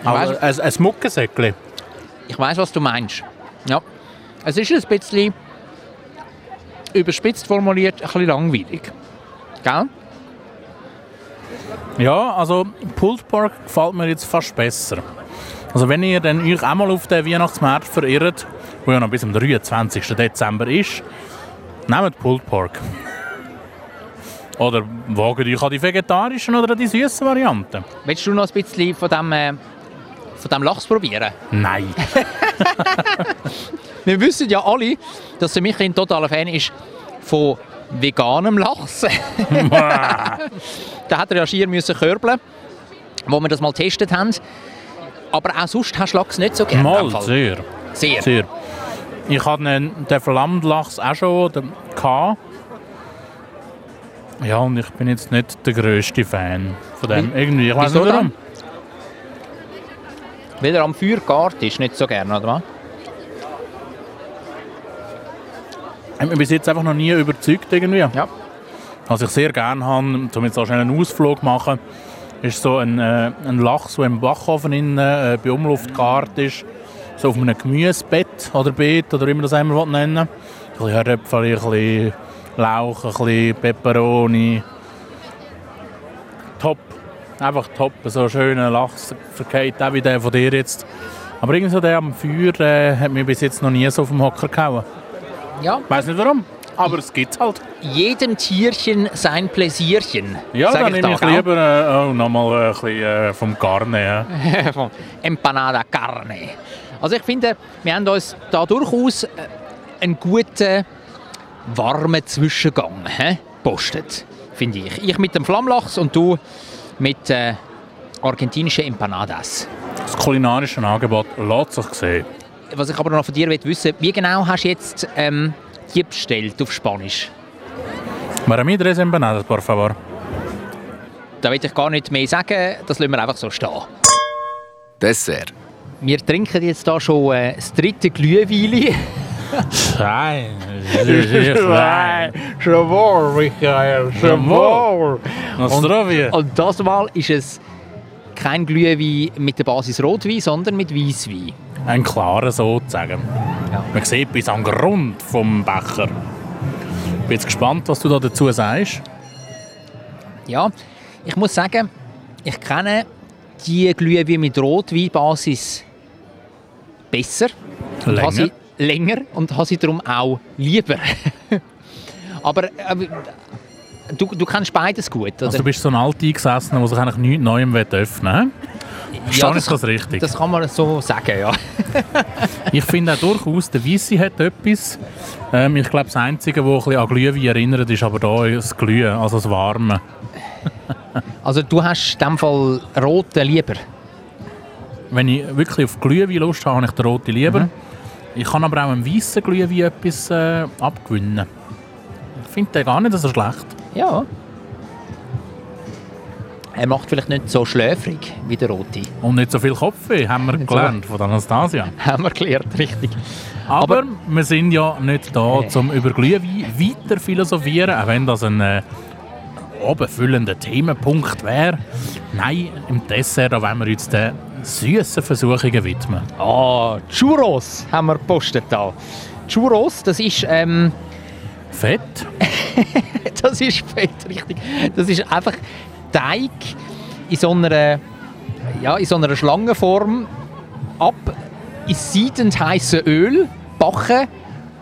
Speaker 1: weiss-
Speaker 2: Aber Also, ein, ein Muckensäckchen.
Speaker 1: Ich weiß, was du meinst. Ja. Es ist ein bisschen überspitzt formuliert, ein bisschen langweilig. Gell?
Speaker 2: Ja, also Pulled Pork gefällt mir jetzt fast besser. Also wenn ihr dann euch einmal auf den Weihnachtsmarkt verirrt, wo ja noch bis zum 23. Dezember ist, nehmt Pulled Pork. Oder wagt euch an die vegetarischen oder an die süßen Varianten.
Speaker 1: Willst du noch ein bisschen von dem, äh, von dem Lachs probieren?
Speaker 2: Nein.
Speaker 1: Wir wissen ja alle, dass der Michi ein totaler Fan ist von veganem Lachs. [LAUGHS] da hat er ja schier müssen körbeln, wo wir das mal getestet haben. Aber auch sonst hast du Lachs nicht so gerne.
Speaker 2: Mal,
Speaker 1: im Fall.
Speaker 2: sehr.
Speaker 1: Sehr.
Speaker 2: sehr. Ich hatte einen- den Flammlachs auch schon, den K. Ja, und ich bin jetzt nicht der grösste Fan von dem. Irgendwie, ich weiß
Speaker 1: wieso
Speaker 2: nicht warum.
Speaker 1: Weil er am Feuer gegart ist, nicht so gerne, oder was?
Speaker 2: Hat mich bis Ähm, jetzt einfach noch nie überzeugt irgendwie.
Speaker 1: Ja.
Speaker 2: Was ich sehr gerne habe, um jetzt auch schnell einen Ausflug zu machen, ist so ein, äh, ein Lachs, der im Backofen innen, äh, bei Umluft gegart ist. So auf einem Gemüsebett oder Beet oder wie man das immer nennen will. Ein bisschen Herdöpfel, ein bisschen Lauch, ein bisschen Peperoni. Top. Einfach top. So einen schönen Lachs verkehrt, auch wie der von dir jetzt. Aber irgendwie so der am Feuer äh, hat mich bis jetzt noch nie so auf dem Hocker gehauen.
Speaker 1: Ja.
Speaker 2: Weiß nicht warum, aber es gibt halt.
Speaker 1: Jedem Tierchen sein Pläsierchen.
Speaker 2: Ja,
Speaker 1: sag
Speaker 2: dann nehme ich
Speaker 1: da, gell?
Speaker 2: lieber äh, oh, nochmal ein bisschen äh, vom Garne. Ja.
Speaker 1: von Empanada Carne. Also ich finde, wir haben uns da durchaus äh, einen guten, warmen Zwischengang hä? postet, finde ich. Ich mit dem Flammlachs und du mit äh, argentinischen Empanadas.
Speaker 2: Das kulinarische Angebot lässt sich sehen.
Speaker 1: Was ich aber noch von dir will wissen wie genau hast du jetzt ähm, die bestellt auf Spanisch?
Speaker 2: Para mí tres empanadas, por favor.
Speaker 1: Da will ich gar nicht mehr sagen, das lassen wir einfach so stehen.
Speaker 7: Dessert.
Speaker 1: Wir trinken jetzt hier schon äh, das dritte Glühwein.
Speaker 2: [LAUGHS] Nein.
Speaker 1: schon wahr, Michael,
Speaker 2: schon wahr. Nostrovia.
Speaker 1: Und das Mal ist es kein Glühwein mit der Basis Rotwein, sondern mit Weißwein.
Speaker 2: Ein klarer sozusagen. Man sieht bis am Grund vom Becher. Bin jetzt gespannt, was du da dazu sagst.
Speaker 1: Ja, ich muss sagen, ich kenne die Glühwein mit Rotweinbasis besser. Und
Speaker 2: Länger.
Speaker 1: habe sie länger und habe sie darum auch lieber. [LAUGHS] Aber äh, du, du kennst beides gut, oder?
Speaker 2: Also du bist so ein Alteingesessener, der sich eigentlich nichts Neuem öffnen will. Verstehe ich
Speaker 1: das-
Speaker 2: das richtig?
Speaker 1: das kann man so sagen, ja.
Speaker 2: Ich finde auch durchaus, der Weisse hat etwas. Ähm, ich glaube, das Einzige, was ein bisschen an Glühwein erinnert, ist aber da das Glühen, also das Warme.
Speaker 1: Also du hast in dem Fall roten lieber.
Speaker 2: Wenn ich wirklich auf Glühwein Lust habe, habe ich den roten lieber. Ich kann aber auch einem weißen Glühwein etwas äh, abgewinnen. Ich finde den gar nicht so schlecht.
Speaker 1: Ja. Er macht vielleicht nicht so schläfrig wie der rote.
Speaker 2: Und nicht so viel Kopfweh, haben wir
Speaker 1: so.
Speaker 2: gelernt von Anastasia.
Speaker 1: [LAUGHS] Haben wir gelernt, richtig.
Speaker 2: Aber, wir sind ja nicht da, um über Glühwein weiter philosophieren, auch wenn das ein äh, obenfüllender Themenpunkt wäre. Nein, im Dessert da wollen wir uns den süßen Versuchungen widmen.
Speaker 1: Ah, Churros haben wir gepostet da. Churros, das ist, ähm, [LAUGHS]
Speaker 2: Fett,
Speaker 1: das ist fett, richtig. Das ist einfach Teig in so einer, ja, in so einer Schlangenform ab in siedend heißes Öl backen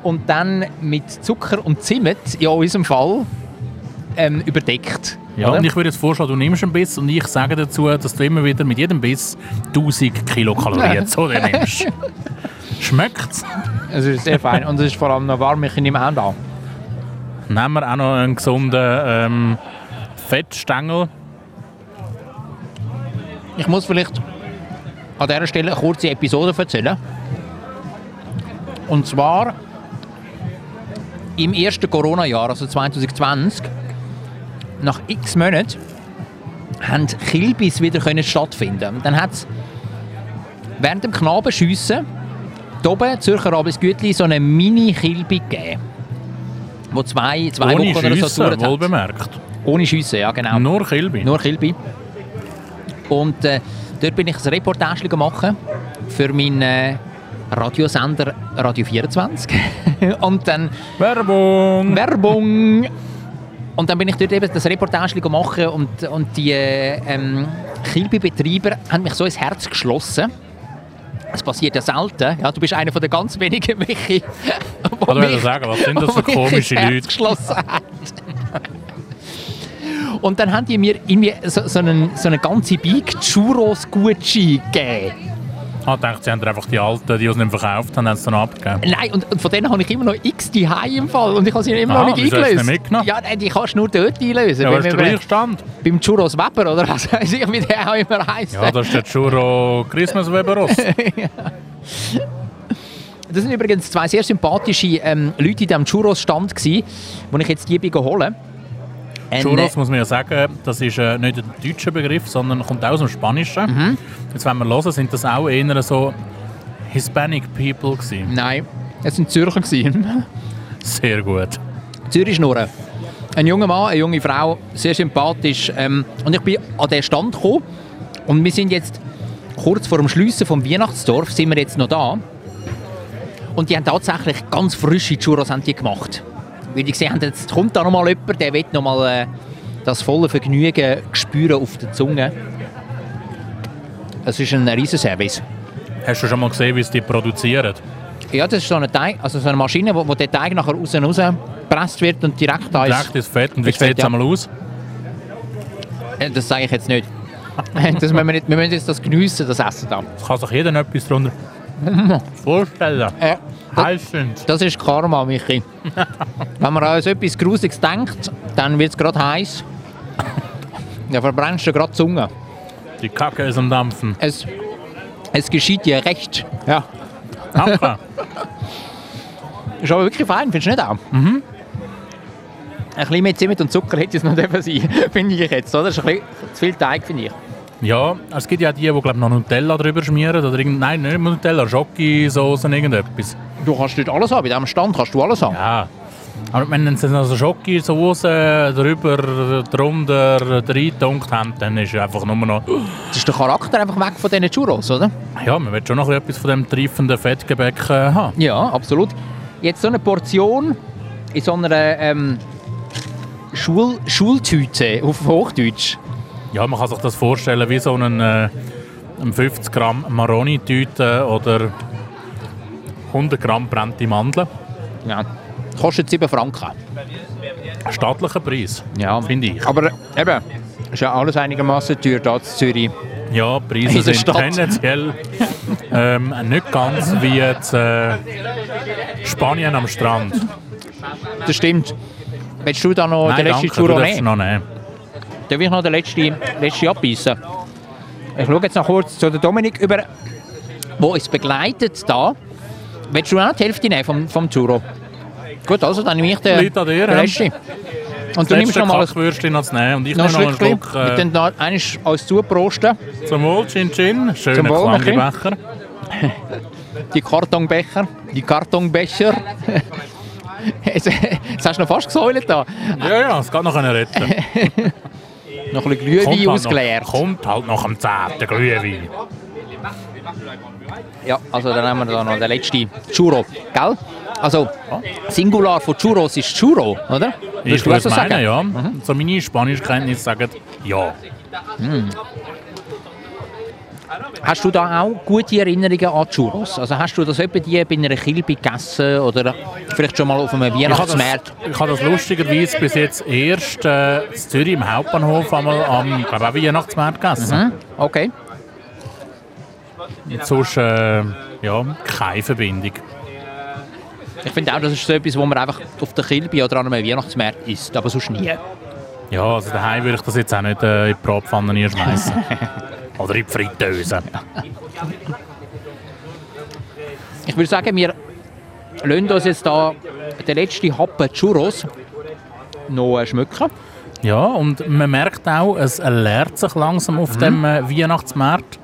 Speaker 1: und dann mit Zucker und Zimt, ja in unserem Fall, ähm, überdeckt.
Speaker 2: ja,
Speaker 1: oder?
Speaker 2: und ich würde jetzt vorschlagen, du nimmst einen Biss und ich sage dazu, dass du immer wieder mit jedem Biss 1000 Kilokalorien zu dir
Speaker 1: [LAUGHS]
Speaker 2: nimmst. Schmeckt's?
Speaker 1: Es ist sehr fein und es ist vor allem noch warm, ich nehme auch an.
Speaker 2: Nehmen wir auch noch einen gesunden ähm, Fettstängel.
Speaker 1: Ich muss vielleicht an dieser Stelle eine kurze Episode erzählen. Und zwar im ersten Corona-Jahr, also 2020, nach x Monaten, haben Kilbis wieder können stattfinden. Dann hat es während dem Knabenschiessen hier oben, Zürcher Abelsgütli, so eine Mini-Kilbi gegeben. Wo zwei, zwei
Speaker 2: Ohne
Speaker 1: Wochen oder so
Speaker 2: Schiessen,
Speaker 1: gedauert hat.
Speaker 2: wohl bemerkt.
Speaker 1: Ohne Schiessen, ja genau.
Speaker 2: Nur Kilbi.
Speaker 1: Nur Kilby. Und äh, dort bin ich ein Reportage machen für meinen äh, Radiosender Radio 24. [LAUGHS] und dann
Speaker 2: Werbung!
Speaker 1: Werbung! Und dann bin ich dort eben das Reportage machen und, und die äh, ähm, Kilby-Betreiber haben mich so ins Herz geschlossen. Es passiert ja selten. Ja, du bist einer von den ganz wenigen, [LAUGHS] Michi. wo
Speaker 2: Oder
Speaker 1: mich-
Speaker 2: ich sagen, was sind
Speaker 1: [LAUGHS]
Speaker 2: das [LAUGHS] für
Speaker 1: wo mich ins
Speaker 2: komische
Speaker 1: Herz
Speaker 2: Leute?
Speaker 1: geschlossen hat. Und dann haben die mir irgendwie so, so, einen, so eine ganze Bike Churros-Gucci gegeben.
Speaker 2: Ah, Ich dachte, sie haben dir einfach die alten, die uns nicht verkauft haben, haben sie dann abgegeben.
Speaker 1: Nein, und, und von denen habe ich immer noch x die im Fall und ich habe sie immer
Speaker 2: Ah,
Speaker 1: noch nicht
Speaker 2: wieso hast du sie
Speaker 1: eingelöst.
Speaker 2: nicht mitgenommen?
Speaker 1: Ja, nein, die kannst du nur dort einlösen.
Speaker 2: Ja,
Speaker 1: Wenn
Speaker 2: was ist
Speaker 1: wir
Speaker 2: der
Speaker 1: bei-
Speaker 2: Gleichstand?
Speaker 1: beim Churros Weber oder was weiß ich, wie der auch immer heisst.
Speaker 2: Ja, das ist der Churro Christmas [LAUGHS] Weberos.
Speaker 1: Das sind übrigens zwei sehr sympathische ähm, Leute in diesem Churros-Stand, gewesen, wo ich jetzt die Äh, bin holen. Ein,
Speaker 2: Churros muss man ja sagen, das ist äh, nicht ein deutscher Begriff, sondern kommt auch aus dem Spanischen. Jetzt, wenn wir hören, sind das auch eher so Hispanic People
Speaker 1: Äh,
Speaker 2: gewesen.
Speaker 1: nein, es sind Zürcher. gewesen.
Speaker 2: Sehr gut.
Speaker 1: Zürich-Schnurren. Ein junger Mann, eine junge Frau, sehr sympathisch. Ähm, und ich bin an den Stand gekommen und wir sind jetzt kurz vor dem Schliessen vom Weihnachtsdorf, sind wir jetzt noch da. Und die haben tatsächlich ganz frische Churros haben die gemacht. Weil die gesehen haben, jetzt kommt da noch mal jemand, der will noch mal äh, das volle Vergnügen spüren auf der Zunge. Es ist ein riesen Service.
Speaker 2: Hast du schon mal gesehen, wie sie die produzieren?
Speaker 1: Ja, das ist so eine, Teig, also so eine Maschine, wo, wo der Teig nachher raus und raus gepresst wird und direkt da ist.
Speaker 2: Direkt ins Fett. Und wie
Speaker 1: Ins Fett,
Speaker 2: sieht es
Speaker 1: ja.
Speaker 2: einmal aus?
Speaker 1: Äh, Das sage ich jetzt nicht. Äh, Das müssen wir, nicht, wir müssen jetzt das geniessen, das Essen da.
Speaker 2: Es kann sich jeder etwas [LAUGHS] darunter vorstellen.
Speaker 1: Äh,
Speaker 2: Heißend.
Speaker 1: Das ist Karma, Michi. Wenn man an so etwas Grusiges denkt, dann wird es gerade heiß. Dann verbrennst du gerade die Zunge.
Speaker 2: Die Kacke ist am Dampfen.
Speaker 1: Es, es geschieht dir recht. Ja.
Speaker 2: Danke.
Speaker 1: Ist aber wirklich fein, findest du nicht auch? Mhm. Ein bisschen mehr Zimt und Zucker hätte es noch dürfen sein, [LAUGHS] finde ich jetzt. Oder? Das ist ein bisschen zu viel Teig, finde ich.
Speaker 2: ja, es gibt ja die, die glaub, noch Nutella drüber schmieren. Oder irgend... Nein, nicht Nutella, Schokisoße, irgendetwas.
Speaker 1: Du kannst dort alles haben, bei diesem Stand kannst du alles haben.
Speaker 2: Ja. Aber wenn sie noch so Schokisoße drüber, drunter, reingetunkt haben, dann ist einfach nur noch...
Speaker 1: Das ist der Charakter einfach weg von diesen Churros, oder?
Speaker 2: Ja, man will schon noch etwas von dem triefenden Fettgebäck äh, haben.
Speaker 1: Ja, absolut. Jetzt so eine Portion in so einer ähm, Schul Schultüte auf Hochdeutsch.
Speaker 2: Ja, man kann sich das vorstellen wie so einen, äh, einen 50 Gramm Maroni-Tüte oder 100 Gramm brennte Mandeln.
Speaker 1: Ja. Kostet 7 Franken.
Speaker 2: Staatlicher Preis,
Speaker 1: Ja.
Speaker 2: finde ich.
Speaker 1: Aber eben, ist ja alles einigermaßen teuer hier in Zürich.
Speaker 2: Ja, Preise
Speaker 1: In der
Speaker 2: sind
Speaker 1: Stadt.
Speaker 2: tendenziell ähm, nicht ganz wie jetzt, äh, Spanien am Strand.
Speaker 1: Oh, Das stimmt. Willst du da noch den
Speaker 2: Nein,
Speaker 1: letzten
Speaker 2: danke, du
Speaker 1: Churro
Speaker 2: darfst
Speaker 1: nehmen?
Speaker 2: noch nehmen.
Speaker 1: Darf ich noch den letzten, letzten abbeissen? Ich schaue jetzt noch kurz zu der Dominik über, wo uns begleitet da. Willst du auch noch die Hälfte nehmen vom, vom Churro? Gut, also dann nehme ich den,
Speaker 2: Liegt an dir,
Speaker 1: den
Speaker 2: ja.
Speaker 1: letzten. Und du
Speaker 2: Das
Speaker 1: nimmst
Speaker 2: letzte
Speaker 1: noch mal ein
Speaker 2: Kackwürstchen noch zu nehmen und ich
Speaker 1: Noch
Speaker 2: nehme
Speaker 1: ein
Speaker 2: noch einen
Speaker 1: Schlückchen.
Speaker 2: Schluck
Speaker 1: Wir
Speaker 2: äh,
Speaker 1: tun da eines uns zuprosten.
Speaker 2: zum Wohl, Chin Chin. Schönen
Speaker 1: Zum Wohl,
Speaker 2: Klangebecher.
Speaker 1: Die Kartonbecher. Die Kartonbecher. [LAUGHS] Jetzt, jetzt hast du noch fast gesäult da.
Speaker 2: Ja, ja, es geht noch
Speaker 1: [LAUGHS]
Speaker 2: können retten.
Speaker 1: Noch ein bisschen Glühwein ausgeleert.
Speaker 2: Halt noch, kommt halt nach dem 10. Glühwein.
Speaker 1: Ja, also dann haben wir da noch den letzten Churro. Gell? Also, Singular von Churros ist Churro, oder? Würdest
Speaker 2: Ich
Speaker 1: du
Speaker 2: würde
Speaker 1: so Mhm.
Speaker 2: meinen, ja. So meine Spanischkenntnisse sagen, ja.
Speaker 1: Hast du da auch gute Erinnerungen an Churros? Also hast du das etwa die bei einer Kilbe gegessen oder vielleicht schon mal auf einem
Speaker 2: Ich habe das,
Speaker 1: Weihnachtsmarkt?
Speaker 2: ich habe das lustigerweise bis jetzt erst äh, in Zürich im Hauptbahnhof einmal am glaub auch Weihnachtsmarkt gegessen.
Speaker 1: Hm? Okay.
Speaker 2: Jetzt Sonst äh, ja, keine Verbindung.
Speaker 1: Ich finde auch, das ist so etwas, wo man einfach auf der Kilbe oder an einem Weihnachtsmarkt isst, aber sonst nie.
Speaker 2: Ja, also daheim würde ich das jetzt auch nicht äh, in die Bratpfanne schmeißen. Oder in die Fritteuse.
Speaker 1: Ich würde sagen, wir lassen uns jetzt da den letzten Happen Churros noch äh, schmücken.
Speaker 2: Ja, und man merkt auch, es leert sich langsam auf dem äh, Weihnachtsmarkt.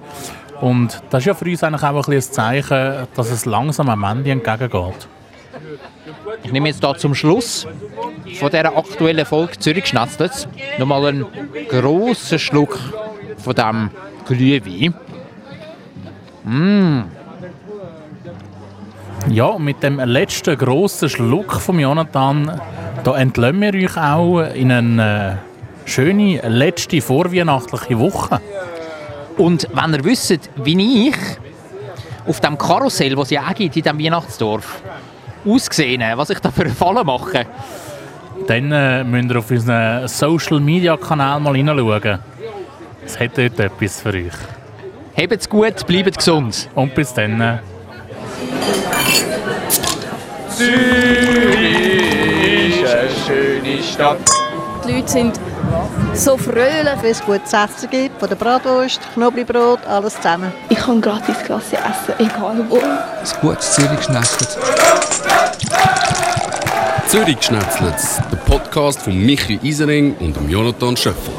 Speaker 2: Und das ist ja für uns eigentlich auch ein, bisschen ein Zeichen, dass es langsam am Ende entgegengeht.
Speaker 1: Ich nehme jetzt da zum Schluss von dieser aktuellen Folge Zürich Schnetzlitz nochmal einen grossen Schluck von diesem Glühwein.
Speaker 2: Ja, und mit dem letzten grossen Schluck von Jonathan, da entlassen wir euch auch in eine äh, schöne letzte vorweihnachtliche Woche.
Speaker 1: Und wenn ihr wisst, wie ich auf dem Karussell, das es ja auch gibt in diesem Weihnachtsdorf, ausgesehen, was ich da für eine Falle mache?
Speaker 2: Dann äh, müsst ihr auf unseren Social-Media-Kanal mal hineinschauen. Es hat dort etwas für euch.
Speaker 1: Habt's gut, bleibt gesund.
Speaker 2: Und bis dann. äh,
Speaker 3: Die Leute sind so fröhlich.
Speaker 4: Wenn es gutes Essen gibt, von der Bratwurst, Knoblauchbrot, alles zusammen.
Speaker 5: Ich kann gratis Klasse essen, egal wo.
Speaker 6: Ein gutes Zürich geschnetzelt.
Speaker 7: Zürich Schnetzlitz, der Podcast von Michi Isering und dem Jonathan Schöffel.